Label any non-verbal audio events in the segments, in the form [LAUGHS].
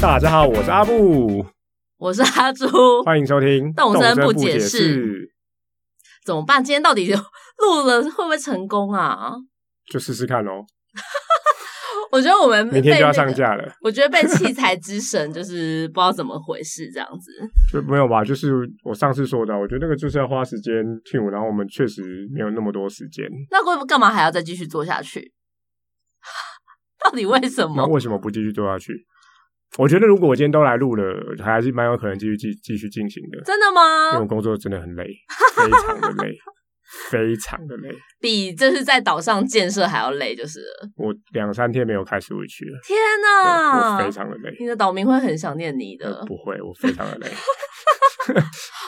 大家好，我是阿布，我是阿朱，欢迎收听《动身身不解解释》， [LAUGHS] 怎么办？今天到底有录了会不会成功啊？就试试看哦。我觉得我们被明天就要上那个。架 [LAUGHS] 了，我觉得被器材之神就是不知道怎么回事这样子，就没有吧？就是我上次说的，我觉得那个就是要花时间 tune，然后我们确实没有那么多时间。那会不干嘛还要再继续做下去？ [LAUGHS] 到底为什那么？为什么不继续做下去？我觉得如果我今天都来录了，还是蛮有可能继续继继续进行的，真的因为吗我？工作真的很累，非常的 [LAUGHS] 累，非常的累。比就是在岛上建设还要累，就是了我两三天没有开 Switch 了，天对哪我！非常的累。你的岛民会很想念你呃的。不会，我非常的累。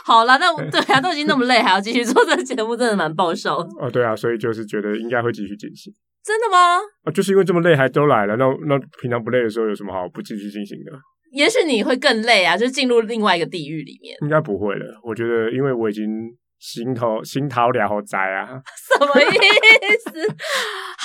好啦，那 [LAUGHS] 对啊，都已经那么累，还要继续做这个节目，真的蛮爆笑的。哦，对啊，所以就是觉得应该会继续进行。真的吗？啊，就是因为这么累还都来了，那那平常不累的时候有什么好不继续进行的？也许你会更累啊，就进入另外一个地狱里面。应该不会了，我觉得因为我已经心头心头了好宅啊，什么意思？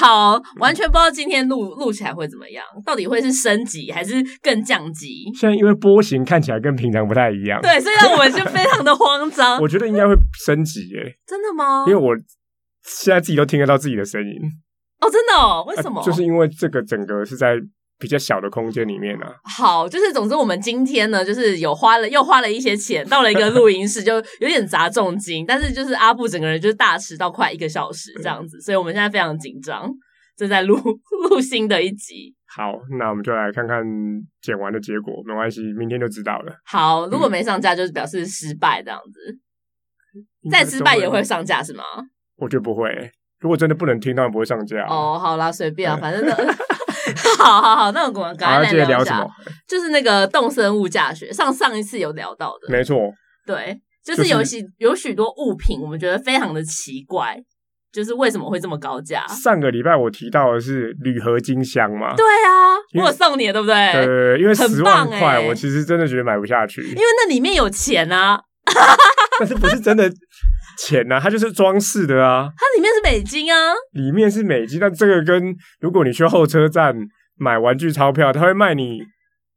[LAUGHS] 好，完全不知道今天录录起来会怎么样，到底会是升级还是更降级？现在因为波形看起来跟平常不太一样，对，啊所以让我就非常的慌 [LAUGHS] 张我。觉得应该会升级耶、真的吗？因为我现在自己都听得到自己的声音，哦，真的哦，为啊什么？就是因为这个整个是在比较小的空间里面啊，好，就是总之我们今天呢，就是有花了又花了一些钱，到了一个录音室，就有点砸重金，但是就是阿布整个人就是大迟到快一个小时这样子，所以我们现在非常紧张，正在录 [LAUGHS] 录新的一集。好，那我们就来看看剪完的结果，没关系，明天就知道了。好，如果嗯没上架，就是表示失败这样子，嗯再失败也会，上架是吗？我觉得不会耶、如果真的不能听，当然不会上架啊。哦，好啦，随便啊，反正都。好好好，那我们赶好，那快来今天一聊什下么？，就是那个动生物价学，上上一次有聊到的，没错，对，就就是是有许有许多物品，我们觉得非常的奇怪，就是为什么会这么高价？上个礼拜我提到的是铝合金箱嘛，啊对啊，因为我有送你的，对不对？对对对因为很十万块棒欸我其实真的觉得买不下 [LAUGHS] 去，因为那里面有钱啊，但是不是真的钱呐、它就是装饰的啊，它里面是美金啊，里面是美金，但这个跟如果你去候车站买玩具钞票，他会卖你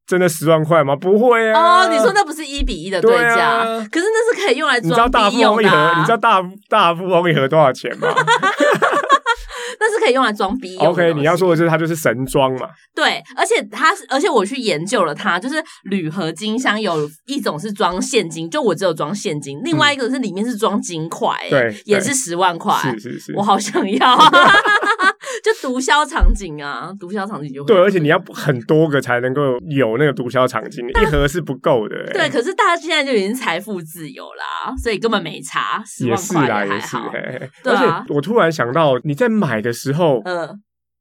真的十万块吗？不会啊。哦，你说那不是一比一的对价，啊可是那是可以用来你知道装大逼富翁用一的、盒，啊，你知道大大富翁一盒多少钱吗那是可以用来装 [LAUGHS] 逼用的？OK，东西你要说的是它就是神装嘛，对，而且它是，而且我去研究了它，就是铝合金箱有一种是装现金，就我只有装现金，另外一个是里面是装金块、欸嗯对也对是十万块，是是是我，好想 [LAUGHS] 要，就毒枭场景啊，毒枭场景就会对，而且你要很多个才能够有那个毒枭场景，一盒是不够的、欸。啊对。可是大家现在就已经财富自由啦，所以根本没差，十也万是块啦，还也是，好。嘿嘿对啊而且我突然想到，你在买的时候，嗯，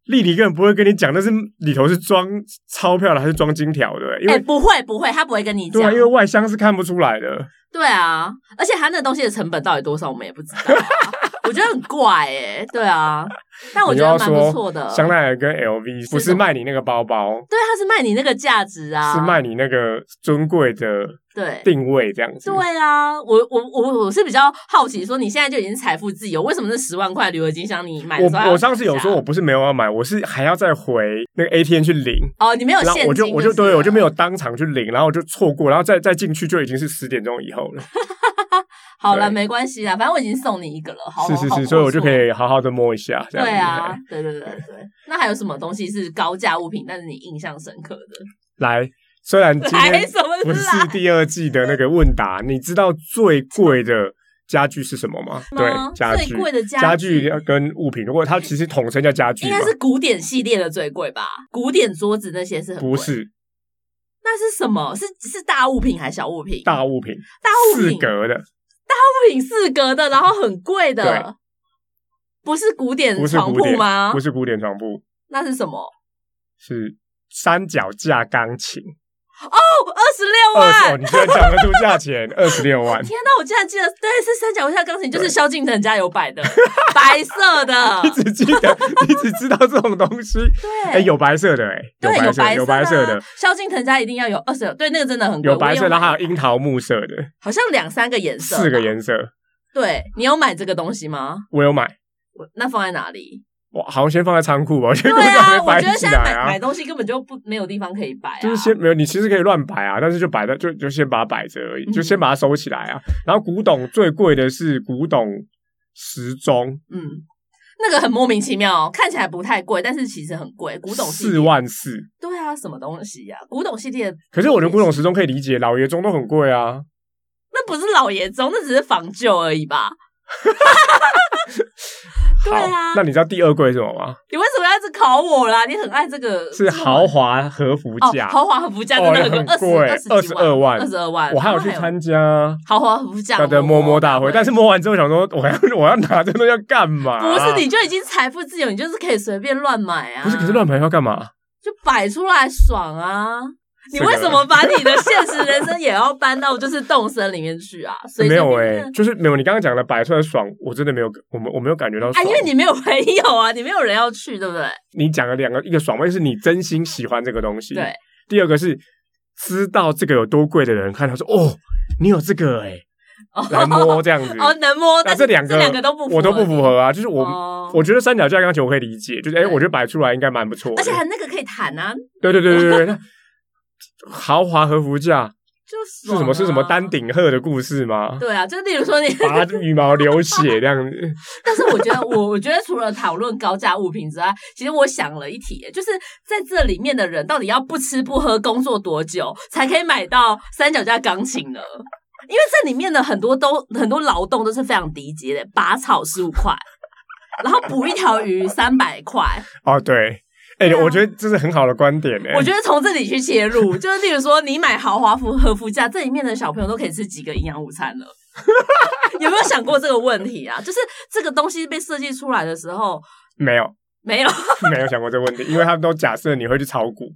丽丽根本不会跟你讲，但是里头是装钞票的还是装金条的，因哎、为、不会不会，他不会跟你对讲，啊，因为外箱是看不出来的。对啊，而且他那东西的成本到底多少，我们也不知道啊、我觉得很怪哎、对啊，但我你觉又要得蛮不错说的，，香奈儿跟 LV 不是卖你那个包包，对，啊他是卖你那个价值啊，是卖你那个尊贵的对。定位这样子。对啊，我我我我是比较好奇，说你现在就已经财富自由，为什么那十万块铝合金箱你买的时候还我啊要我上次有加说我不是没有要买，我是还要再回那个 ATM 去领，哦，你没有然现后金，我就我就是了对我就没有当场去领，然后我就错过，然后再再进去就已经是十点钟以后了。好了，对没关系啦，反正我已经送你一个了，好，是是好是，所以我就可。好不错以好好的摸一下。这样对子啊，对对对对，那还有什么东西是高价物品，但是你印象深刻的？来，虽然今来天什么不是啦？第二季的那个问 [LAUGHS] 答，你知道最贵的家具是什么吗？吗对，家具最。贵的家具具跟物品，如果它其实统称叫家具应嘛该，是古典系列的最贵吧？古典桌子那些是很贵不是那是什么？是是大物品还是小物品？大物品，大物四品，格的，物品四格的，然后很贵对的，不是古典不是床古铺典吗不？是古典床铺，那是什么？哦，是三脚架钢琴，二十六二十，万哦！你居然讲得出价钱， [LAUGHS] 二十六万，天哪，我竟然记得，对，是三角下钢琴，就是萧敬腾家有摆的，白色 [LAUGHS] 的你，只记得，你只知道这种东西，对，哎，有白色的，哎，对白有色，有白色的的啊，，萧敬腾家一定要有二十，对，那个真的很贵，有白色，我也然后买还有樱桃木色的，好像两三个颜色，四个，颜色，对，你有买这个东西吗？我有买。我那放在哪里？我好像先放在仓库吧，我觉对得根本就还啊，没我摆觉得起现在来买买啊。东西根本就不没有地方可以摆啊，就是先没有，你其实可以乱摆啊，但是就摆在就就先把它摆着而已，就嗯先把它收起来啊。然后古董最贵的是古董时钟，嗯，那个很莫名其妙，看起来不太贵，但是其实很贵。古董系列四，万四，对啊，什么东西呀、古董系列，可是我觉得古董时钟可以理解，老爷钟都很贵啊。那不是老爷钟，那只是仿旧而已 [LAUGHS] 吧？对好啊，那你知道第二贵是什么吗？你为什么要一直考我啦？你很爱这个是豪华和服哦，架。豪华和服价真哦的很很贵，贵二十22万二十二万。我还有去参加豪华和服价他的摸摸大会，但是是摸完之后想说，我要 [LAUGHS] 我要拿这东西要干嘛？不是你，就已经财富自由，你就是可以随便乱买啊。不是，可是乱买要干嘛？就摆出来爽啊！你这个为什么把你的现实人生也要搬到就是动森里面去啊？随 [LAUGHS] 没随便有哎、便就是没有。你刚刚讲的摆出来爽，我真的没有，我们我没有感觉到啊，爽。因为你没有朋友啊，你没有人要去，对不对？你讲了两个，一个爽味是你真心喜欢这个东西，对。第二个是知道这个有多贵的人看到说，哦，你有这个哎、来摸这样子。哦，能摸，那但啊这是两个这两个都不符合，我都不符合啊，就是我、哦我觉得三脚架钢琴我可以理解，就是哎、对我觉得摆出来应该蛮不错的而且。还那个可以弹啊，对对对对对，那豪华和服架就是爽啊什么？是什么丹？顶鹤的故事吗？对啊，就是例如说你，拔羽毛流血这样子，但是我觉得我我 [LAUGHS] 觉得除了讨论高价物品之外，其实我想了一题，就是在这里面的人到底要不吃不喝工作多久才可以买到三脚架钢琴呢？因为这里面的很多都很多劳动都是非常低级的，拔草十五块，然后捕一条鱼三百块。哦对，哎、对啊我觉得这是很好的观点哎、我觉得从这里去切入，就是例如说你买豪华服和服价，这里面的小朋友都可以吃几个营养午餐了。 [LAUGHS] 有没有想过这个问题啊？就是这个东西被设计出来的时候，没有 [LAUGHS] 没有没有想过这个问题，因为他们都假设你会去炒股。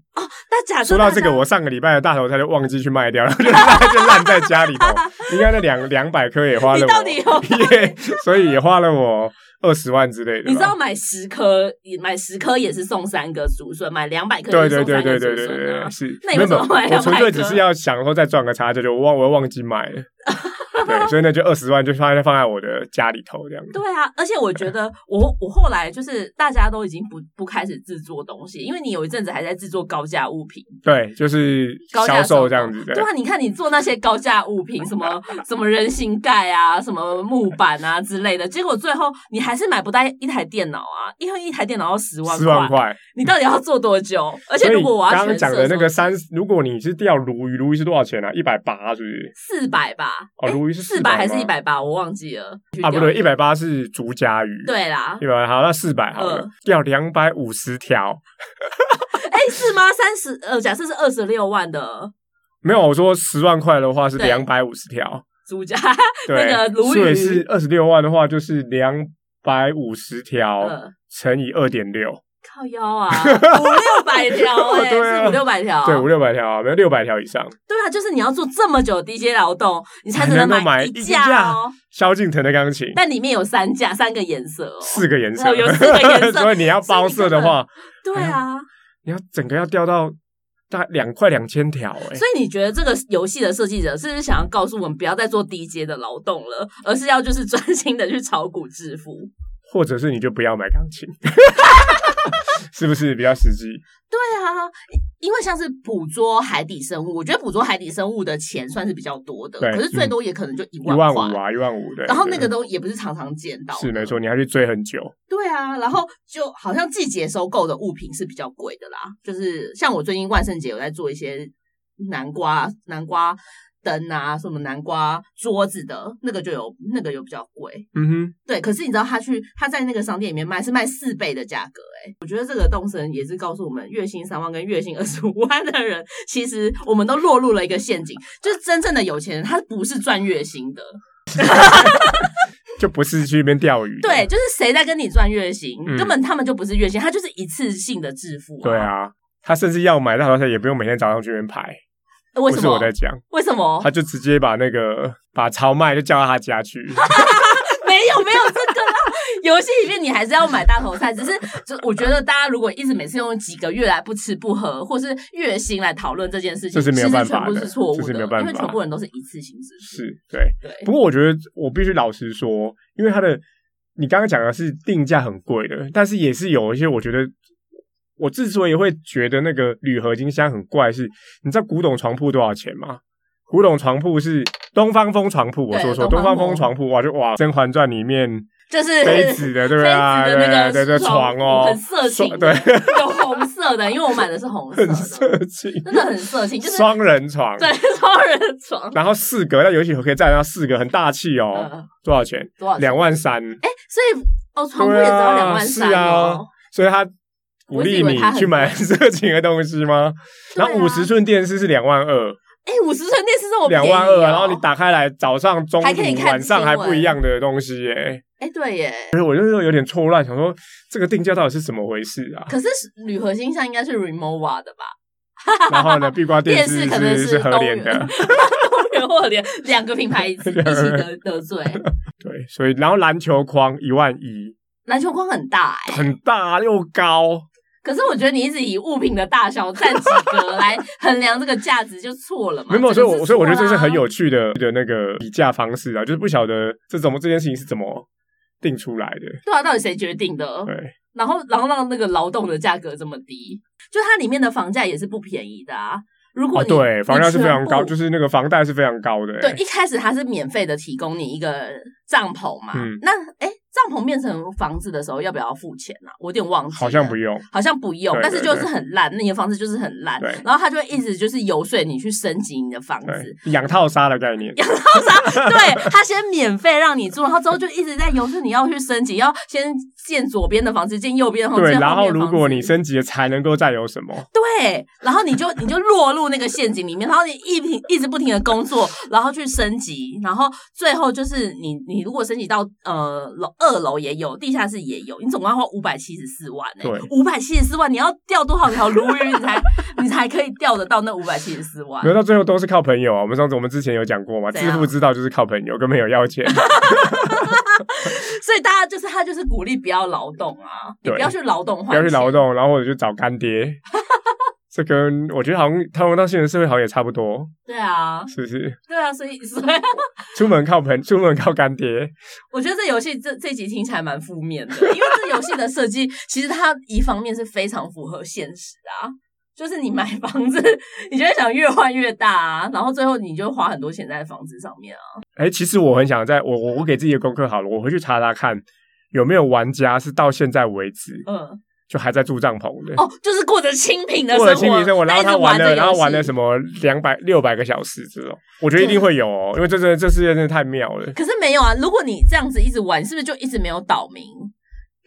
那假设说到大这家个，我上个礼拜的大头菜就忘记去卖掉了， [LAUGHS] 就烂就烂在家里 [LAUGHS] 头。应该那两两百颗也花了我，[LAUGHS] 你到底有也所以也花了我二十万之类的吧。 [LAUGHS] 你知道买十颗，买十颗也是送三个竹笋，买两百颗对也是对送对三对个对竹对对笋啊对，。是那没有你为没什有，么买我纯粹200只是要想说再赚个差价，就我忘我忘记买 [LAUGHS] 了，对，所以那就二十万就放在放在我的家里头这样子。对啊，而且我觉 [LAUGHS] 得我我后来就是大家都已经不不开始制作东西，因为你有一阵子还在制作高价物品，对，就是高销价售这样子，对对，啊，你看你做那些高价物品，什么 [LAUGHS] 什么人形盖啊，什么木板啊之类的，结果最后你还是买不到一台电脑啊，因为一台电脑要十万十万块。你到底要做多久？而且所以如果我要刚刚全讲色的那个送三，如果你是钓鲈鱼，鲈鱼是多少钱啊？一百八是不是？四百吧？哦鲈鱼是四400百还是吗一百八？我忘记了。啊，不对，一百八是竹夹鱼，，对啦，一百八好，那四百好了嗯，钓两百五十条，哎，是吗？三十呃，假设是二十六万的没有，我说十万块的话是对两百五十条， [LAUGHS] 主家，对，那个鲈鱼所以是二十六万的话就是两百五十条 [LAUGHS] 嗯，乘以二点六，靠腰啊，五六百 [LAUGHS] 条哎，对啊是五六百条，对，五六百条啊，没有六百条以上，对啊，就是你要做这么久的 DJ 劳动，你才才能够能哎买一一架哦。萧敬腾的钢琴但里面有三架，三个颜色哦。四个颜色，有四个颜色 [LAUGHS] 所以你要包色的话，对啊，你要整个要钓到大概两块两千条，哎，所以你觉得这个游戏的设计者是不是想要告诉我们不要再做 DJ 的劳动了，而是要就是专心的去炒股致富？或者是你就不要买钢 [LAUGHS] 琴，是不是比较实际？对啊，因为像是捕捉海底生物，我觉得捕捉海底生物的钱算是比比较多的，对嗯可是最多也可能就一一万块。五啊，一万五对。然后那对嗯个都也不是常常见到，是没。错，你还去追很久，对啊，然后就好像季节收购的物品是比较贵的啦，就是像我最近万圣节有在做一些南瓜、南瓜灯啊，什么南瓜桌子的那个就有那个有比较贵。嗯对，可是你知道他去他在那个商店里面卖是卖四倍的价格、欸，我觉得这个动森也是告诉我们，月薪三万跟月薪二十五万的人，其实我们都落入了一个陷阱，就是真正的有钱人他不是赚月薪的，哼，就不是去那边钓鱼。对，，就是谁在跟你赚月薪，嗯根本他们就不是月薪，他就是一次性的致富、对，啊，他甚至要买大头菜也不用每天早上去那边排，不为什是么哦我？在讲，为什么他就直接把那个把超卖就叫到他家去， [LAUGHS] 没有没有这个啦？ [LAUGHS] 游戏里面你还是要买大头菜，只是就我觉得大家如果一直每次用几个月来不吃不喝，或是月薪来讨论这件事这情，是没有其实办法的全部是错误这是的，没有办因法为全部人都是一次性支付。是对。对不过我觉得我必须老实说，因为他的你刚刚讲的是定价很贵的，但是也是有一些我觉得，我之所以会觉得那个铝合金箱很怪是，你知道古董床铺多少钱吗？古董床铺是东方风床铺，我对说错，东东方方风风床铺哇，就哇，《甄嬛传》里面就是妃子的，对不妃对啊？子对的那对对个对，床哦，很色情，对，，有红色的，因为我买的是红色 [LAUGHS] 很色的，情，真的很色情，就是双人床，对双人床，然后四格，那游戏盒可以再到四格，很大气哦。嗯，多少钱？多少钱？两万三。所以哦，床铺也只要两万三对啊哦，所以他鼓励我一直以为你它很去买色情的东西吗？对然啊后五十寸电视是两万二，哎，五十寸电视这么便两宜万哦，二，然后你打开来，早上、中还可以午、看晚上还新不闻一样的东西耶。哎，对耶，所以我就是有点错乱，想说这个定价到底是怎么回事 [LAUGHS] 啊？可是铝合金箱应该是 Remova 的吧？然后呢，壁挂电视视可能是是合东联元，的， [LAUGHS] 东元或联两个品牌一 [LAUGHS] 起一起哎得得罪。对，所以然后篮球框一万一，篮球框很大哎、很大又高，可是我觉得你一直以物品的大小占几格来衡量这个价值就错了嘛？没有，所这以个是我所以我觉得错这啦是很有趣的的那个比价方式啊，就是不晓得这怎么这件事情是怎么定出来的，对啊，到底谁决定的？对。然后然后让那个劳动的价格这么低，就它里面的房价也是不便宜的啊。如果哦，你、对，房价是非常高，你全部就是那个房贷是非常高的、欸。啊哦对，一开始它是免费的提供你一个帐篷嘛。嗯那哎，帐篷变成房子的时候要不要付钱啊？我有点忘记了，好像不用。好像不用，对但是对就是对很烂，那些房子就是很烂对，然后他就会一直就是游说你去升级你的房子。对，养套杀的概念，然后他对他先免费让你住，然后之后就一直在游说你要去升级，要先建左边的房子，建右边的房子，对。建然后后面的如房果子啊你升级了，才能够再有什么？对，然后你就你就落入那个陷阱里面，然后你一停一直不停的工作，然后去升级，然后最后就是你你如果升级到呃楼二楼也有，地下室也有，你总共要花五百七十四万呢、欸对五百七十四万，你要钓多少条鲈鱼，你才你才可以钓得到那五百七十四万没？有到最后都是靠朋友啊。我们上次我们之前有讲过嘛，怎致样富之道就是靠朋友，跟朋友要钱。所以大家就是他就是鼓励不要劳动啊，也不对要去劳动换，不要去劳。动，然后或者就找干爹。 [LAUGHS] 这跟我觉得好像套用到现实社会好像也差不多，对啊，是不是？对啊，所以所以出门靠朋，出门靠干爹，我觉得这游戏这这集听起来蛮负面的，因为这游戏的设计其实它一方面是非常符合现实啊，就是你买房子，你就会想越换越大啊，然后最后你就花很多钱在房子上面啊。哎、其实我很想在我我我给自己的功课好了，我回去查查看有没有玩家是到现在为止嗯，就还在住帐篷的，哦，就是过着清贫的或生者活，清明生活，然后但一他直玩这游了，戏然后玩了什么两百六百个小时这种，我觉得一定会有哦，因为这真的这世界真的太妙了，可是没有啊，如果你这样子一直玩，是不是就一直没有岛民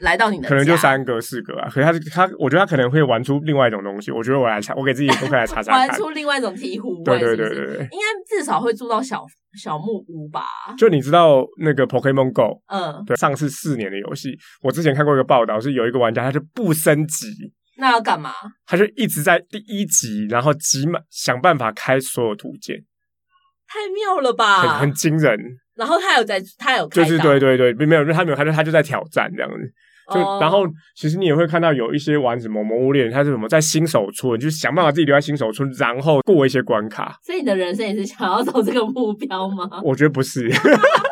来到你的家？可能就三个四个啊，可是他是他，我觉得他可能会玩出另外一种东西，我觉得我来查，我给自己功课来查查 [LAUGHS] 玩看，出另外一种醍醐对味，对是不对是对对，应该至少会住到小小木屋吧？就你知道那个 Pokemon Go。嗯，对，上市四年的游戏，我之前看过一个报道，是有一个玩家，他就不升级，那要干嘛？他就一直在第一集，然后集满想办法开所有图鉴，太妙了吧！很很惊人，然后他有在，他有啊就开导是对，对对，没有他没有，他就他就在挑战这样子。就、哦然后，其实你也会看到有一些玩什么《魔物猎人》，他是什么在新手村，就是想办法自己留在新手村，然后过一些关卡。所以你的人生也是想要走这个目标吗？我觉得不是， [LAUGHS]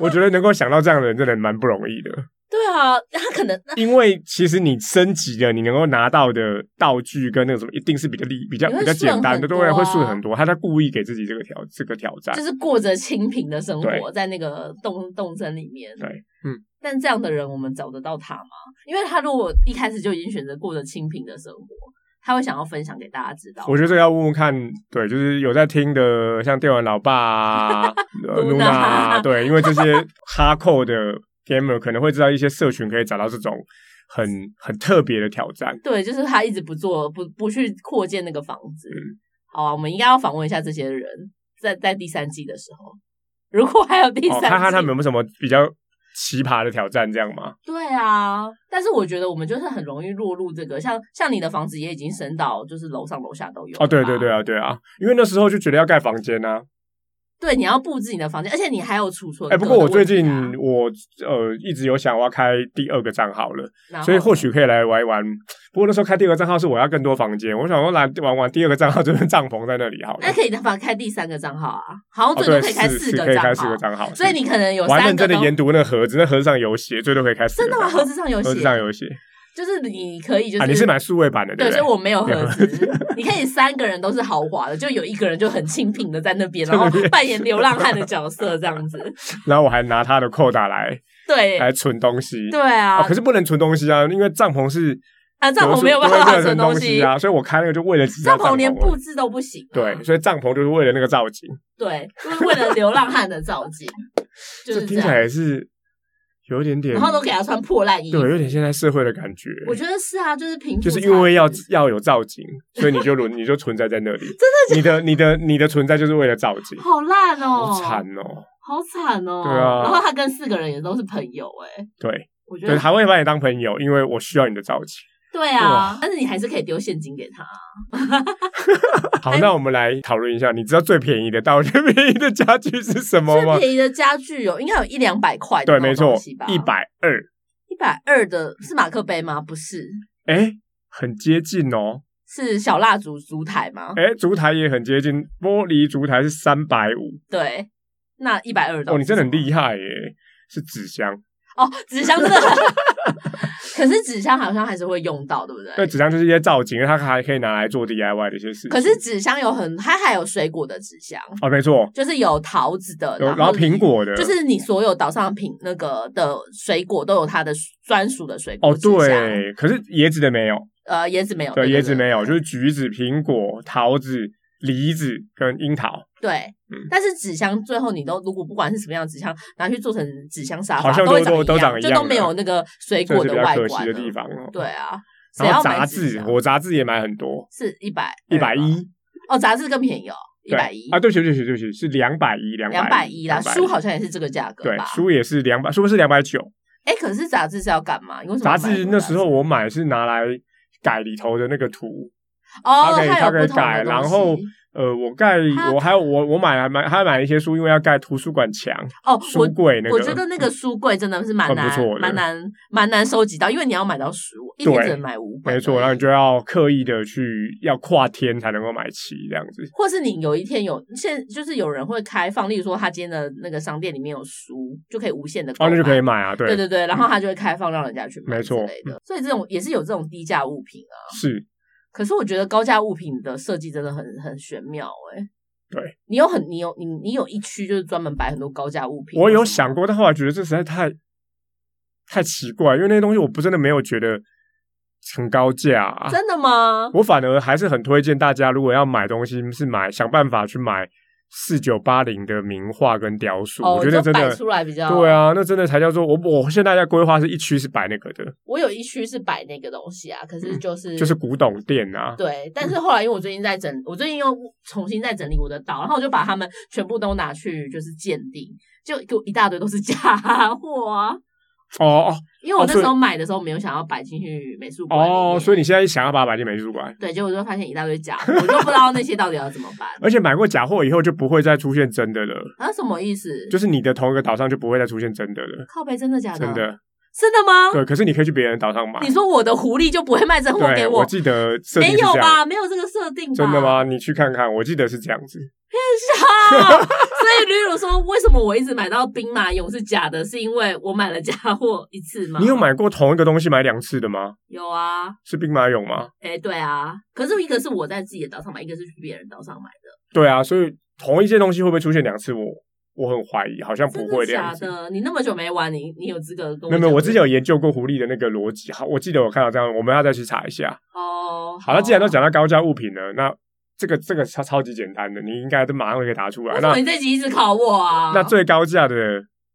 我觉得能够想到这样的人真的蛮不容易的， [LAUGHS] 对啊，他可能那因为其实你升级了，你能够拿到的道具跟那个什么，一定是比较利、比较你会比较简单的，顺很多对啊不对？会顺很多。他在故意给自己这个挑这个挑战就，是过着清贫的生活，啊对在那个洞洞森里面。对，嗯。但这样的人，我们找得到他吗？因为他如果一开始就已经选择过着清贫的生活，他会想要分享给大家知道。我觉得这个要问问看，对，就是有在听的，像电玩老爸啊、呃 Luna 娜啊，对，因为这些哈扣的 gamer 可能会知道一些社群可以找到这种很很特别的挑战。对，就是他一直不做，不不去扩建那个房子。嗯好啊，我们应该要访问一下这些人，在在第三季的时候，如果还有第哦三，季，看看他们有没有什么比较奇葩的挑战，这样吗？对啊，但是我嗯觉得我们就是很容易落入这个，像像你的房子也已经升到就是楼上楼下都有哦，对对对啊，哦啊，对啊，因为那时候就觉得要盖房间啊，对，你要布置你的房间，而且你还有储存哎、不格的问题啊。过我最近我呃一直有想我要开第二个账号了，然后所以或许可以来玩一玩。不过那时候开第二个账号是我要更多房间，我想说来玩玩第二个账号，这边帐篷在那里好了那。可以把开第三个账号啊，好像哦，最多对，可以开四个可以账开四号个，账号，嗯所以你可能有我还三认个真的都研读那盒子，那盒子上有写，最多可以开四真个的账 [LAUGHS] 吗？号。盒子上有盒写子，上有写就是你可以就是啊，你是买数位版的对，不所以我没有没有盒子。你可以三个人都是豪华的，就有一个人就很清贫的在 [LAUGHS] 那边，然后扮演流浪汉的角色这样子。然后我还拿他的扣打来对，来存东西。对啊哦，可，是不能存东西啊，因为帐篷是啊，帐篷没有办格数不法会存存东西，啊，所以我开那个就为了只帐篷篷连而布已置都不行。啊对，所以帐篷就是为了那个造景，对，就是为了流浪汉的造 [LAUGHS] 景，就是这这听起来样。也是有一点点然，后都给他穿破烂衣服对，，有点现在社会的感觉。我觉得是啊，就是贫富就是差因为距要要有造景，所以你就轮你就存在在那 [LAUGHS] 里，真的，你的你的你的存在就是为了造景，好烂哦，好惨哦，好惨哦。对啊然后他跟四个人也都是朋友哎，对，我觉对，得还会把你当朋友，因为我需要你的造景。 [LAUGHS] 对啊，但是你还是可以丢现金给他。好，那我们来讨论一下，你知道最便宜的到底 [LAUGHS] 最便宜的家具是什么吗最？便宜的家具有应该有一两百块的对，那种没错东西吧，一百二，一百二的是马克杯吗？不是，哎，很接近哦，是小蜡烛烛台吗？哎，烛台也很接近，玻璃烛台是三百五，对，那一百二的哦，你真的很害厉害耶，是纸箱，哦，纸箱真的 [LAUGHS] 很。可是纸箱好像还是会用到，对不对？那纸箱就是一些造景，因为它还可以拿来做 DIY 的一些事情。可是纸箱有很，它还有水果的纸箱，哦，没错，就是有桃子的，有然后后苹果的，就是你所有岛上品那个的水果都有它的专属的水果哦，纸箱，对，可是椰子的没有，呃，椰子没有，对，椰子没有，对就是橘子、苹果、桃子、梨子跟樱桃，对嗯，但是纸箱最后你都如果不管是什么样的纸箱，拿去做成纸箱沙好发，像会都长都都样，长一就样都没有那个水这果是比的较外可惜观的了地方哦。对，啊，谁然要后买杂纸志箱，我杂志也买很多，是一百一百一，哦，杂志更便宜哦，一对百一啊，对不起，对不起，对不起，是两百一，两两百一啦， 210书好像也是这个价格对，吧？书也是两百，书是两百九，哎，可是杂志是要干嘛？你为什么杂要买志么那多时候我买是拿来改里头的那个图，哦，它可以它有可以不同改的东然西后呃，我盖它我还有我我买还买还买了一些书，因为要盖图书馆墙、哦，书我柜那个，我觉得那个书柜真的是蛮很不难错的蛮难蛮难收集到，因为你要买到书，一天对只能买五本而已，没错，然后你就要刻意的去要跨天才能够买齐这样子。或是你有一天有现，就是有人会开放，例如说他今天的那个商店里面有书，就可以无限的购哦，买，那就可以买啊，对，对对对，然后他就会开放让人家去买没错之类的，所以这种也是有这种低价物品啊。是可是我觉得高价物品的设计真的很很玄妙哎、对，你有很你有你你有一区就是专门摆很多高价物品，我有想，过，但后来觉得这实在太太奇怪，因为那些东西我不真的没有觉得很高价、啊，真的吗？我反而还是很推荐大家，如果要买东西，是买想办法去买四九八零的名画跟雕塑，哦，我觉得真就摆的。出来比较对。啊，那真的才叫做我我现在在规划是一区是摆那个的，我有一区是摆那个东西啊，可是就是、嗯就是古董店啊，对，但是后来因为我最近在整，我最近又重新在整理我的岛，然后我就把它们全部都拿去就是鉴定，就给我一大堆都是假货啊。哦因为我哦那所以时候买的时候没有想要摆进去美术哦馆哦，所以以你现在想要把它摆进美术馆，对，结果就发现一大堆假货，我就不知道那些到底要怎么办而且买过假货以后就不会再出现真的了，啊？什么意思？就是你的同一个岛上就不会再出现真的了，靠背真的假的？真的。真的吗？对，可是你可以去别人的岛上买你。说我的狐狸就不会卖真货对，给我记得设定没是有这样，吧？没有这个设定吧？真的？ [LAUGHS] 吗？你去看看，我记得是这样子。啊！所以吕鲁说，为什么我一直买到兵马俑是假的？是因为我买了假货一次吗？你有买过同一个东西买两次的吗？有啊，是兵马俑吗？哎、对啊。可是一个是我在自己的岛上买，一个是去别人岛上买的，对啊，所以同一件东西会不会出现两次？我我很怀疑，好像不真会的这假样子。的？你那么久没玩，你你有资格跟我没有没有，讲我之前有研究过狐狸的那个逻辑，好，我记得我看到这样，我们要再去查一下。哦。好，那既然都，讲到高价物品了，那这个这个超超级简单的，你应该都马上就可以答出来。哦为什那么你这集一直考我啊？那最高价的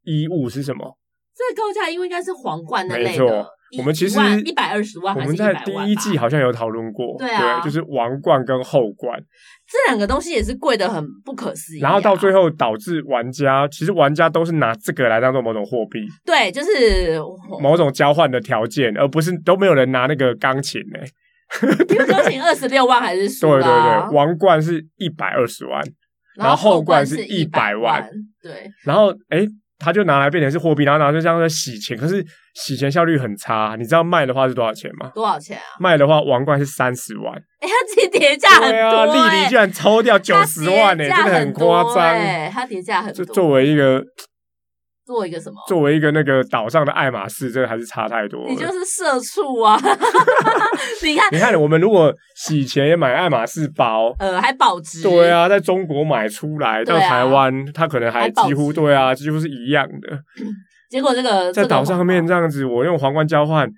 衣物是什么？最高价因为应该是皇冠那没类错的。，我们其实一百二十万我还是们一百在万吧？第一季好像有讨论过，对啊就是王冠跟后冠，这两个东西也是贵的很不可思议啊、然后到最后导致玩家其实玩家都是拿这个来当做某种货币、对，就是某种交换的条件，而不是都没有人拿那个钢琴呢、因为钢琴二十六万还是输对对啦对，王冠是一百二十万，然后后冠是一百万，对，然后诶，他就拿来变成是货币，然后拿去这样在洗钱，可是洗钱效率很差。啊你知道卖的话是多少钱吗？多少钱啊？ [LAUGHS] 卖的话，王冠是三十万，哎、它自己叠价很对啊，多、丽欸，丽居然抽掉九十万呢、呢、真的很夸张。哎，它叠价很就多。作为一个哦做一个什么？作为一个那个岛上的爱马仕，这还是差太多了。你就是社畜啊！ [LAUGHS] 你看，你看，我们如果洗钱也买爱马仕包，呃，还保值，对，啊，在中国买出来对到啊台湾，它可能还还保几乎值对啊，几乎是一样的。结果这个啊在岛上面这个这样子，我用皇冠交换，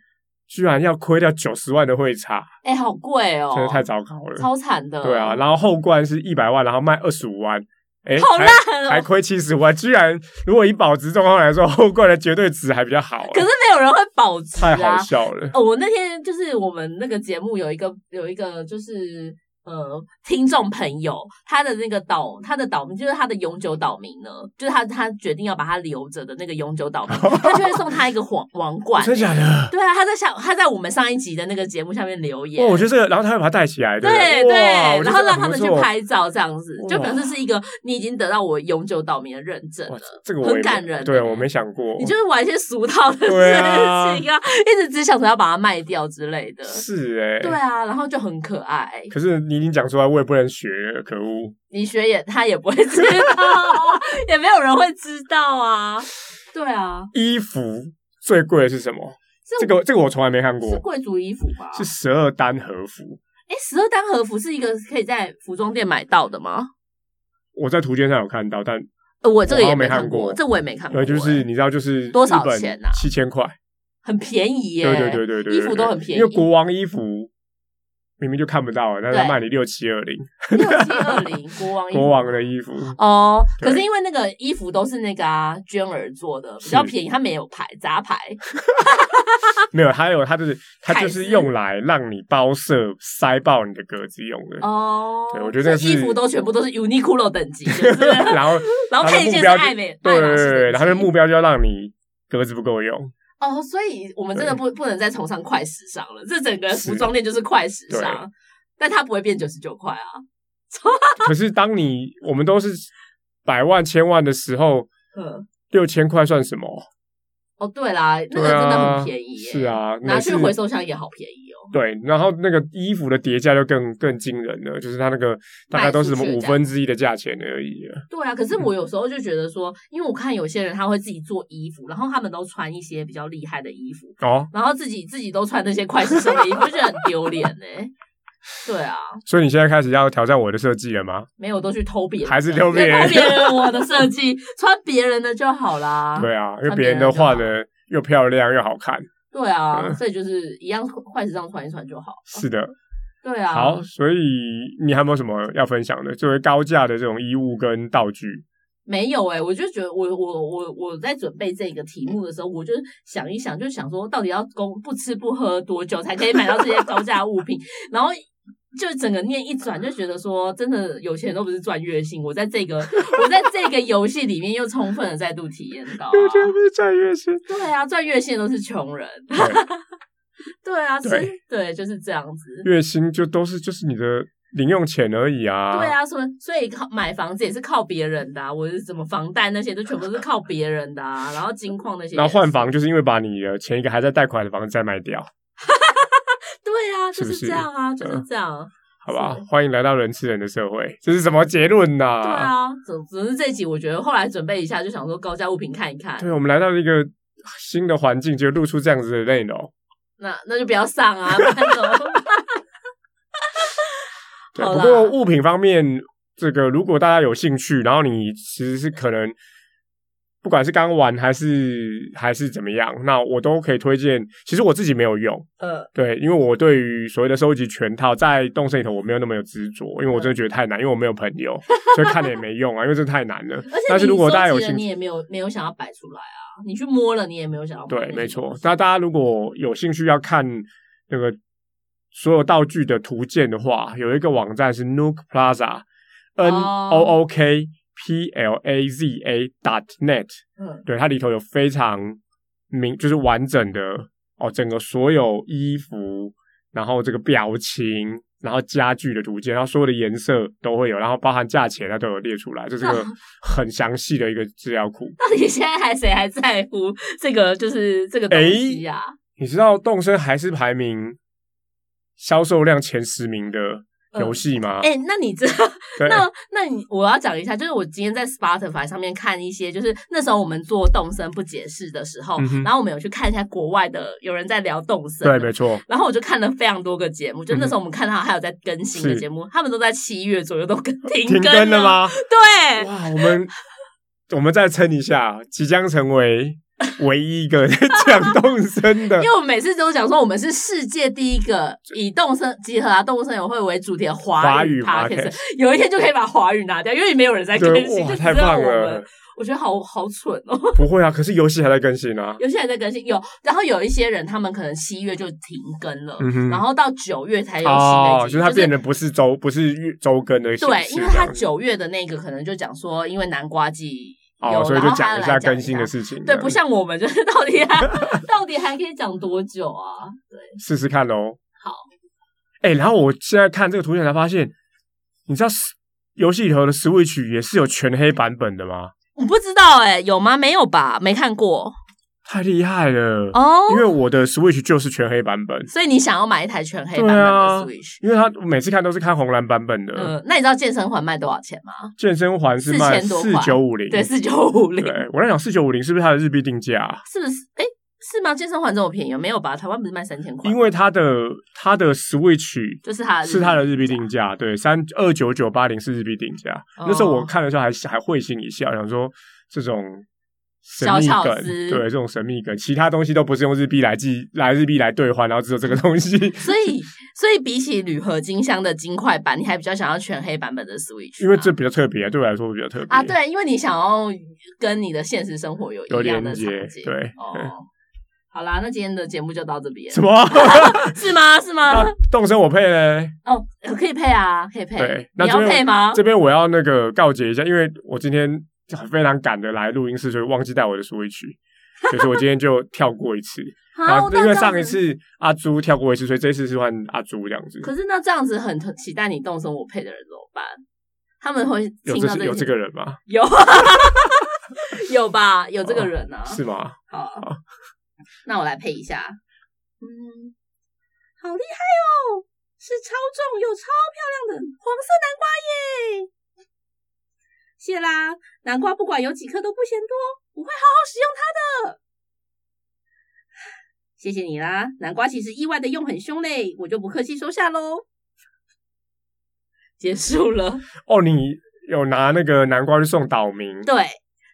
居然要亏掉九十万的汇差，哎、好贵哦、真的太糟糕了。超惨的，对啊，然后后冠是一百万，然后卖二十五万，哎、好还烂还哦、亏七十万，居然如果以保值状况来说，后冠的绝对值还比较好、啊可是没有人会保值太好啊！笑了。哦，我那天就是我们那个节目有一个有一个就是呃听众朋友，他的那个岛他的岛民就是他的永久岛民呢，就是他他决定要把他留着的那个永 [LAUGHS] 久岛民，他就会送他一个皇王冠。真的假的？对啊，他在下他在我们上一集的那个节目下面留言，哦，我觉得这个，然后他会把它带起来，不对对对哇我觉得然后这个让很他不们去错拍照，这样子就哇表示是一个你已经得到我永久岛民的认证哇了。，这个我很也没感人对欸我没想过，你就是玩一些俗套的事情对啊，啊一直只想着要把它卖掉之类的。是哎、对啊，然后就很可爱。可是你已经讲出来，我也不能学了，可恶！你学也他也不会知道，啊也没有人会知道啊。对啊，衣服最贵的是什么？是这个这个我从来没看是过，贵族衣服吧？是十二单和服。哎，十二单和服是一个可以在服装店买到的吗？我在图鉴上有看到，但呃，我这个我好也像没看看过这我也没看过呃，欸。就是你知道，就是多少钱啊七千块，很便宜耶，对对对对对，对衣服都很便宜因为国 [LAUGHS] 王衣服明明就看不到了，但是他对卖你六七二零，六七二零国王衣服国王的衣服哦，对可是因为那个衣服都是那个啊娟儿做的，比较便宜，它没有牌杂牌，没有，还有它就是它就凯是斯用来让你包色塞爆你的格子用的，哦，对我觉得那所以衣是服都全部都是 Uniqlo 等级，就是 [LAUGHS] 然 [LAUGHS] 后然后它的配目件啊是标就爱美，对爱对马对仕对对，等然后它的级目标就要让你格子不够用，哦，所以我们真的不不能再崇尚快时尚了，这整个是服装店就是快时对尚，但它不会变九十九块啊，可是当你我们都是百万千万的时候，嗯，六千块算什么？哦对啦，那对个真啊的很便宜耶，是，啊，拿每去次回收箱也好便宜哦，对，然后那个衣服的叠价就更更惊人了，就是它那个大概都是什么卖出去五的价分之一的价钱而已了。对啊，可是我有时候就觉得说，因为我看有些人他会自己做衣服，然后他们都穿一些比较厉害的衣服，哦，然后自己自己都穿那些快时尚的衣服，就觉得很丢脸呢。对啊，所以你现在开始要挑战我的设计了吗？没有都去偷别人的，还是偷别人偷别人我的设计，穿别人的就好啦。 [LAUGHS] 对啊，因为穿别别人人都就画好的又漂亮又好看。对啊，嗯所以就是一样快时尚穿一穿就好。是的，对啊，好，所以你还有没有什么要分享的？作为高价的这种衣物跟道具， [LAUGHS] 没有哎、我就觉得我我我我在准备这个题目的时候，我就想一想，就想说到底要供不吃不喝多久才可以买到这些高价物品，然后。就整个念一转，就觉得说，真的有钱人都不是赚月薪。我在这个，我在这个游戏里面又充分的再度体验 [LAUGHS] 到啊、我觉得不是战略是。对啊，赚月薪的都是穷人。对对啊，所以对对，就是这样子。月薪就都是就是你的零用钱而已 [LAUGHS] 啊。对，啊，所以所以靠买房子也是靠别人的、啊，我是什么房贷那些都全部是靠别人的、啊，然后金矿那些也是，然后换房就是因为把你的前一个还在贷款的房子再卖掉，对啊，是就不是是这样啊，就是嗯这样。好不好是？欢迎来到人吃人的社会，这是什么结论呐、对啊，总总之这集我觉得后来准备一下，就想说高价物品看一看，对我们来到了一个新的环境，就录出这样子的内容。那那就不要上啊，不然怎么办 [LAUGHS] 对，好不啦过物品方面，这个如果大家有兴趣，然后你其实是可能，不管是刚玩还是还是怎么样，那我都可以推荐。其实我自己没有用，呃，对，因为我对于所谓的收集全套，在动森里头我没有那么有执着，因为我真的觉得太难，因为我没有朋友，所以看了也没用啊，因为这太难了。而且但是你如果大家收有集了兴你趣，也没有没有想要摆出来啊，你去摸了你也没有想要摆对，那没些东错西。那大家如果有兴趣要看那个所有道具的图鉴的话，有一个网站是 Nook Plaza，N 哦 O O K P L A Z A dot net，嗯对，它里头有非常明，就是完整的哦，整个所有衣服，然后这个表情，然后家具的图鉴，然后所有的颜色都会有，然后包含价钱它都有列出来，这是 [LAUGHS] 个很详细的一个资料库。到底现在还谁还在乎这个？就是这个东西啊呀、你知道动森还是排名销售量前十名的游戏吗？哎、那你知道？对，那那你我要讲一下，就是我今天在 Spotify 上面看一些，就是那时候我们做动森不解释的时候，嗯哼然后我们有去看一下国外的有人在聊动森，对，没错，嗯然后我就看了非常多个节目，就那时候我们看他还有在更新的是节目，他们都在七月左右都更停停更了？吗？对，哇，我们我们再撑一下，即将成为唯一一个 [LAUGHS] 在讲动森的 [LAUGHS] 因。为我每次都讲说我们是世界第一个以动森集合啊动物森友会为主题的华华语语 p o d c a podcast s 有一天就可以把华语拿掉，因为没有人在更对，新，哇，就只太有棒我了们。！我觉得好好蠢哦。不会啊，可是游戏还在更新啊。有些人在更新，有，然后有一些人他们可能七月就停更了，嗯哼然后到九月才有新哦，的一就集，是它就变得是不是周不是月周更的形式这对样，子，因为他九月的那个可能就讲说，因为南瓜季有，哦，所以然就后他讲一来下讲更新的事情，对，不像我们就是到底还 [LAUGHS] 到底还可以讲多久啊？试试看喽。好，哎、然后我现在看这个图片才发现，你知道 s- 游戏里头的 Switch 也是有全黑版本的吗？我不知道哎、有吗？没有吧？没看过太厉害了！哦。因为我的 Switch 就是全黑版本，所以你想要买一台全黑版本对的啊 Switch？、因为它每次看都是看红蓝版本的。嗯，那你知道健身环卖多少钱吗？健身环是卖4000多四块九五零，对，四九五零，对我在想四九五零是不是它的日币定价啊、是不是？哎、是吗？健身环这么便宜？没有吧？台湾不是卖三千块？因为它的它的 Switch 啊就是它的是它的日币定价，对，三二九九八零是日币定价。哦那时候我看的时候还还会心一笑，想说这种神秘小梗，巧思对，这种神秘梗，其他东西都不是用日币来计来日币来兑换，然后只有这个东 [LAUGHS] 西， [LAUGHS] 所以，所以比起铝合金箱的金块版，你还比较想要全黑版本的 Switch，因为吗这比较特别，对我来说比较特别啊，，对，因为你想要跟你的现实生活有有一样的连场接景，对嗯哦。好啦，那今天的节目就到这边 [LAUGHS] 什，么？ [LAUGHS] 是吗？是吗？那动身我配嘞，哦，可以配啊，可以配。对，那你要这边配吗？ [LAUGHS] 这边我要那个告诫一下，因为我今天非常赶的来录音室，所以忘记带我的 Switch，所以说我今天就跳过一 [LAUGHS] 次。好，那因啊这为样上一子，次阿朱跳过一次，所以这一次是换阿朱这样子。可是那这样子很期待你动手我配的人怎么办？他们会有听到这有一集这个人吗？ [LAUGHS] 有有吧？有这个人啊？是吗？好，那我来配一下。嗯，好厉害哦，是超重又超漂亮的黄色南瓜耶！谢啦，南瓜不管有几颗都不嫌多，我会好好使用它的。谢谢你啦，南瓜其实意外的用很凶嘞，我就不客气收下喽。结束了。哦，你有拿那个南瓜去送岛民？ [LAUGHS] 对，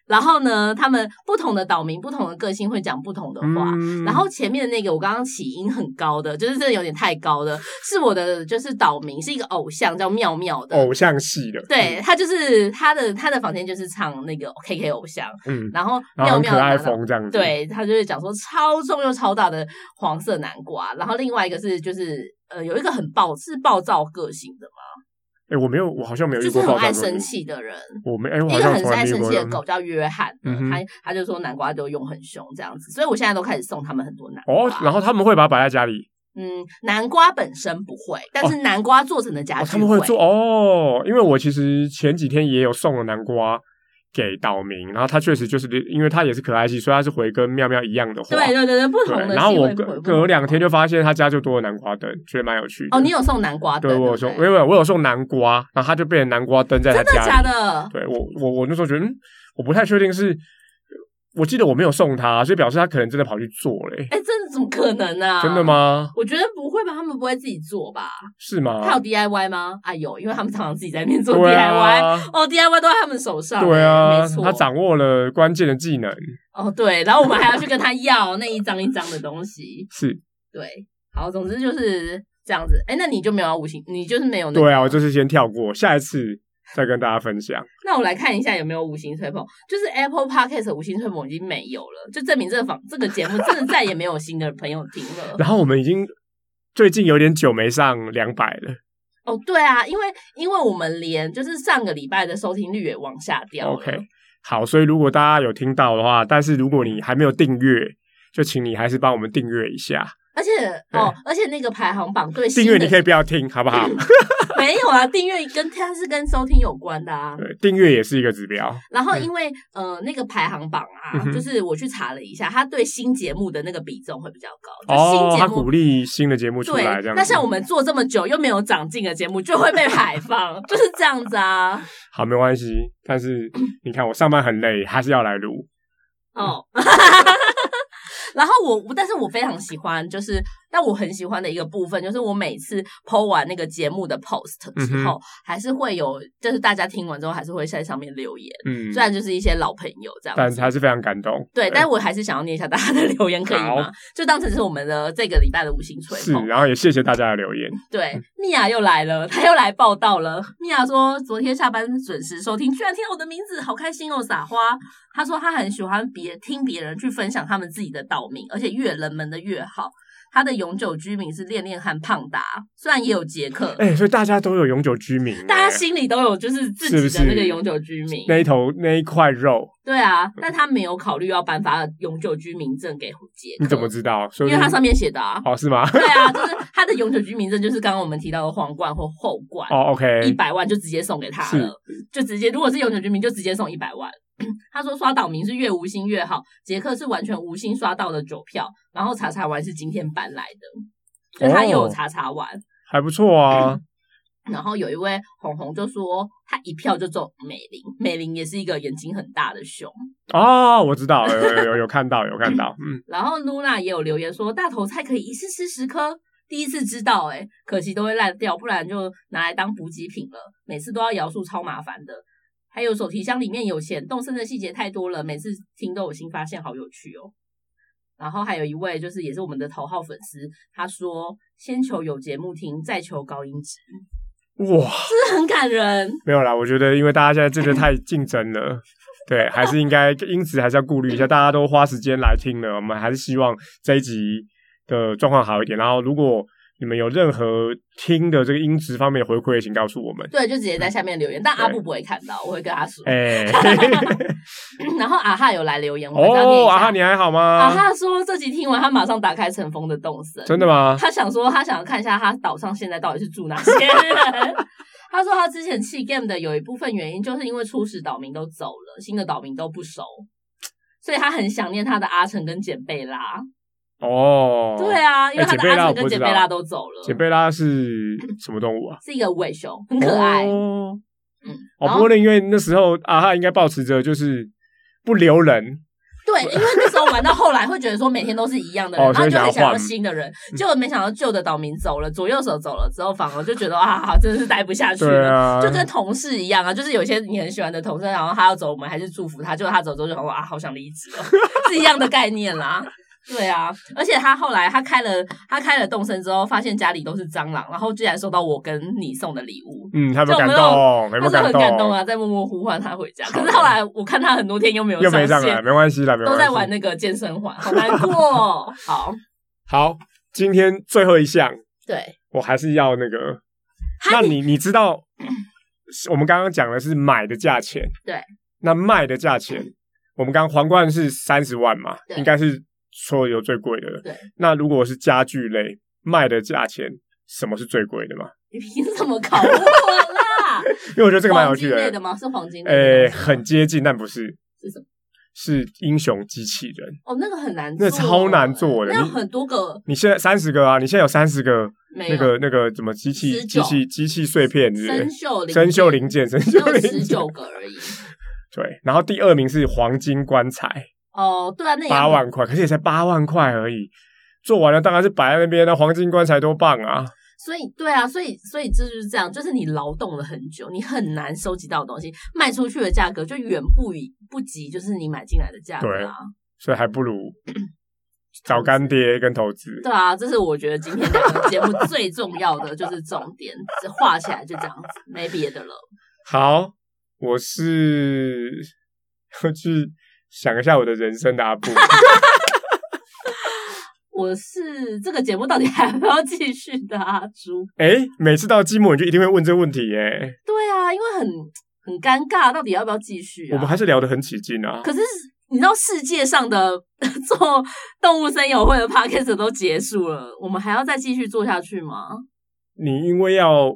然后呢，他们不同的岛民、不同的个性会讲不同的话。嗯然后前面的那个我刚刚起音很高的，就是真的有点太高的，是我的就是岛民是一个偶像叫妙妙的，偶像系的，对他就是他的他的房间就是唱那个 KK 偶像，嗯，嗯，然后然后妙很妙可拿爱到。风这样子，，对他就会讲说超重又超大的黄色南瓜，然后另外一个是就是呃有一个很暴是暴躁个性的嘛，哎，我没有，我好像没有就遇是过很暴躁爱的生狗，气的人，我没，哎，我一好个像很从来爱没遇生过气的这种狗叫约翰，嗯哼他他就说南瓜就用很凶这样子，所以我现在都开始送他们很多南瓜。哦，然后他们会把它摆在家里，嗯，南瓜本身不会，但是南瓜做成的家哦，具、他们会做哦，因为我其实前几天也有送了南瓜给岛民，然后他确实就是因为他也是可爱系，所以他是回跟妙妙一样的话，对对对对，不同的对，然后气味我不隔同隔两天就发现他家就多了南瓜灯，觉得蛮有趣的。哦，你有送南瓜 [LAUGHS] 灯？对我有送，对因不对为我有送南瓜，然后他就变成南瓜灯在他真家里。的假的？对我我我那时候觉得，嗯，我不太确定是，我记得我没有送他，所以表示他可能真的跑去做嘞、哎，真的怎么可能呢、啊？真的？吗？我觉得不会吧，他们不会自己做吧？是吗？啊他有 DIY 吗？啊，有，因为他们常常自己在那边做 DIY，、哦对啊，哦，DIY 都在他们手上，欸对啊没，错，他掌握了关键的技能，哦对，然后我们还要去跟他要那一张一张的东西，是对，好，总之就是这样子。哎，那你就没有要五星，你就是没有那个对啊，我这次先跳过，下一次再跟大家分享。那我来看一下有没有五星吹捧，就是 Apple Podcast 的五星吹捧已经没有了，就证明这个访这个节目真的再也没有新的朋友听了。 [LAUGHS] 然后我们已经最近有点久没上两百了。哦，对啊，因为因为我们连就是上个礼拜的收听率也往下掉了。 OK，好，所以如果大家有听到的话，但是如果你还没有订阅，就请你还是帮我们订阅一下。而且哦，而且那个排行榜对订阅你可以以不要听，好不好？没有啊，订阅跟它是跟收听有关的啊。对， [LAUGHS] 订阅也是一个指标。然后因为呃那个排行榜啊嗯嗯，哼就是我去查了一下，它对新节目的那个比重会比较高，就哦新，节他目鼓励新的节目出对来，这样。那像我，们做这么久又没有长进的节目，就会被排放， [LAUGHS] 就是这样子啊。好，没关系。但 [COUGHS] 是你看，我上班很累，还是要来录。哦， [LAUGHS] 然后我，但是我非常喜欢，就是但我很喜欢的一个部分，就是我每次 PO 完那个节目的 post 嗯之后，还是会有，就是大家听完之后还是会在上面留言，嗯，虽然就是一些老朋友这样但子。还是非常感动。对，但我还是想要念一下大家的 [LAUGHS] 留言，可以好吗？就当成是我们的这个礼拜的五星吹是，捧。然后也谢谢大家的留言。对，嗯米娅又来了，她又来报道了。米娅说，昨天下班准时收听，居然听到我的名字，好开心哦，撒花。她说她很喜欢别听别人去分享他们自己的道名，而且越冷门的越好。她的永久居民是恋恋和胖达，虽然也有杰克，哎、所以大家都有永久居民、嗯大家哎心里都有就是自是不己的那个是永久居民。那一头那一块肉，对啊，但她没有考虑要颁发永久居民证给杰克，你怎么知道？所因以为它上面写的啊。哦是吗？ [LAUGHS] 对啊，就是他的永久居民证，就是刚刚我们提到的皇冠或后冠。哦一，OK，百万就直接送给他了，就直接如果是永久居民就直接送一百万。 [CLEARS THROAT] 他说刷岛民是越无心越好，杰克是完全无心刷到的九票，然后查查完是今天搬来的，就他也有哦查查完。还不错啊。然后有一位红红就说他一票就中美玲，美玲也是一个眼睛很大的熊。哦，我知道，有有有有看到，有看到，嗯，然后露娜也有留言说大头菜可以一次吃十颗，第一次知道哎、可惜都会烂掉，不然就拿来当补给品了，每次都要摇树超麻烦的。还有手提箱里面有钱动身的细节太多了，每次听都有新发现，好有趣哦。然后还有一位就是也是我们的头号粉丝，他说先求有节目听，再求高音质，哇，这很感人。没有啦，我觉得因为大家现在真的太竞争 [LAUGHS] 了。对，还是应该，因此还是要顾虑一下，大家都花时间来听了，我们还是希望这一集的状况好一点。然后，如果你们有任何听的这个音质方面的回馈，请告诉 [LAUGHS] 我们。对，就直接在下面留言，但阿对布不会看到，我会跟他说。哎、 [COUGHS] [LAUGHS] 然后阿哈有来留言，我们要念一哦，下。啊哈，你还好吗？啊，他说这集听完，他马上打开尘封的动森，真的吗？他想说，他想要看一下他岛上现在到底是住哪些人。 [LAUGHS] 他说他之前弃 game 的有一部分原因，就是因为初始岛民都走了，新的岛民都不熟，所以他很想念他的阿成跟简贝拉。哦，对啊，因为他简的贝拉阿我成不知跟简道贝拉都走了，简贝拉是什么动物啊？是一个尾熊，很可爱。哦，嗯哦不然后过呢，因为那时候啊哈应该保持着就是不留人，对，因为那时候玩到后来会觉得说每天都是一样的人，哦然后就所以很想要想要换嗯新的人，结果没想到旧的岛民走了，左右手走了之后，反而就觉得啊，真的是待不下去对了。啊，就跟同事一样啊，就是有些你很喜欢的同事，然后他要走，我们还是祝福他，结果他走之后就想说啊，好想离职 [LAUGHS] 哦，是一样的概念啦。对啊，而且他后来他开了他开了动身之后，发现家里都是蟑螂，然后居然收到我跟你送的礼物，嗯，他有没有就感没有动？有没他有是很动？感动啊，在默默呼唤他回家。可是后来我看他很多天又没 [LAUGHS] 有又没上上线来，，没关系啦，没关都系。在玩那个健身环，好难过哦、 [LAUGHS] 好，好，今天最后一项，对，我还是要那个。哈那你你知道， [CLEARS THROAT] 我们刚刚讲的是买的价钱，对。那卖的价钱，我们刚刚皇冠是三十万嘛，对应该是所有最贵的了。对。那如果是家具类卖的价钱，什么是最贵的吗？你凭什么考我啦？因为我觉得 [LAUGHS] 这个蛮有黄趣金类的吗？是黄金类诶、的吗很接近，但不是。是什么？是英雄机器人，哦，那个很难做，那欸超难做的。那有你很多个你现在三十个啊，你现在有三十个没有那个那个怎么机器19机器机器碎片是不生是锈零生锈零件，生只锈有零十件九个而已。对。然后第二名是黄金棺材，哦，对啊，那也八万块，可是也才八万块而已。做完了当然是摆在那边，那黄金棺材多棒啊！所以对啊，所以所以这就是这样，就是你劳动了很久，你很难收集到的东西，卖出去的价格就远不以不及就是你买进来的价格啊。所以还不 [CLEARS THROAT] 如找干爹跟投资。对啊，这是我觉得今天两个节目最重要的就是重点，只画起来就这样子，没别的了。好，我是我去想一下我的人生的阿啊 [LAUGHS] 布。我是这个节目到底 [LAUGHS] 还要不要继续的啊，猪？哎、每次到季末你就一定会问这个问题耶，对啊，因为很很尴尬，到底要不要继续啊？我们还是聊得很起劲啊。可是你知道世界上的 [LAUGHS] 做动物森友会的 podcast 都结束了，我们还要再继续做下去吗？你因为要，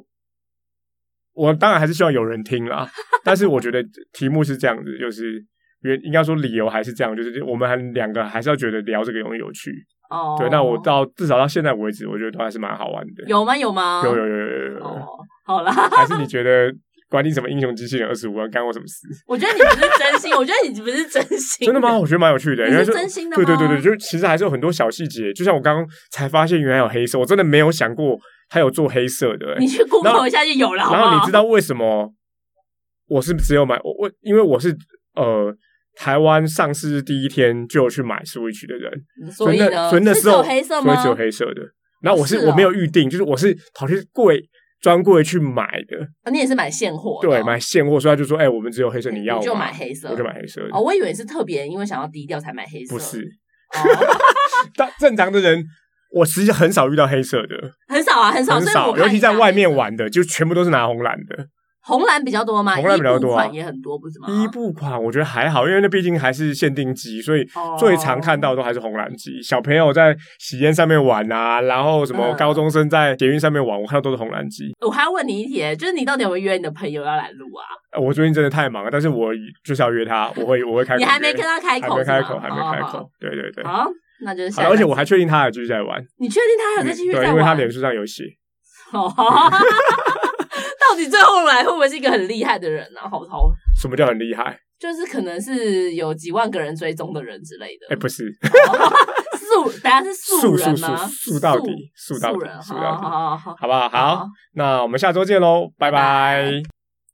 我当然还是希望有人听 [LAUGHS] 啦，但是我觉得题目是这样子，就是原应该说理由还是这样，就是我们还两个还是要觉得聊这个东西有趣。哦，对，那我到至少到现在为止，我觉得都还是蛮好玩的。有吗？有吗？有有有有有有哦有，，好啦，还是你觉得管你什么英雄机器人二十五万干我什么事？我觉得你不是真心，我觉得你不是真心，真的吗？？我觉得蛮有趣的，你原来是是真心的吗？对对对对，就其实还是有很多小细节，就像我刚刚才发现，原来有黑色，我真的没有想过他有做黑色的、欸你去然 Google 后一下就有了，好不然好？后你知道为什么我是只有买我我因为我是呃台湾上市第一天就有去买 Switch 的人，所以呢，那所以那是时只有候黑色所吗？以只有黑色的。然后我是是哦我没有预定，就是我是跑去柜专柜去买的，啊你也是买现货的哦，对，买现货，所以他就说，哎，我们只有黑色，你要你就吗买黑色我就买黑色的哦，，我以为是特别因为想要低调才买黑色，不是，哦，但正常的人。我其实很少遇到黑色的，很少啊，很少，很所以少，我看尤其一下在外面玩的，就全部都是拿红蓝的。红蓝比较多吗？红蓝比较多啊衣布款也很多，不是吗？伊布款我觉得还好，因为那毕竟还是限定机，所以哦最常看到的都还是红蓝机。小朋友在喜宴上面玩啊，然后什么嗯高中生在捷运上面玩，我看到都是红蓝机。我还要问你一题，就是你到底有没有约你的朋友要来录啊？呃我最近真的太忙了，但是我就是要约他，我会我会开口约。你还没跟他开还口，没开是口，吗还没开。口哦。对对对。好好，好那就是好下了一个。而且我还确定他还继续在玩，嗯你确定他还有在继续对，在因为他玩？脸书上有写，哦 [LAUGHS] 到底最后来会不会是一个很厉害的人呢、啊？好好，什么叫很厉害？就是可能是有几万个人追踪的人之类的哎，。不是，哦素，等下是素素素人素吗？素到底，素到素底人，，素好到好底，好好好。好不好？好，那我们下周见喽，拜拜拜。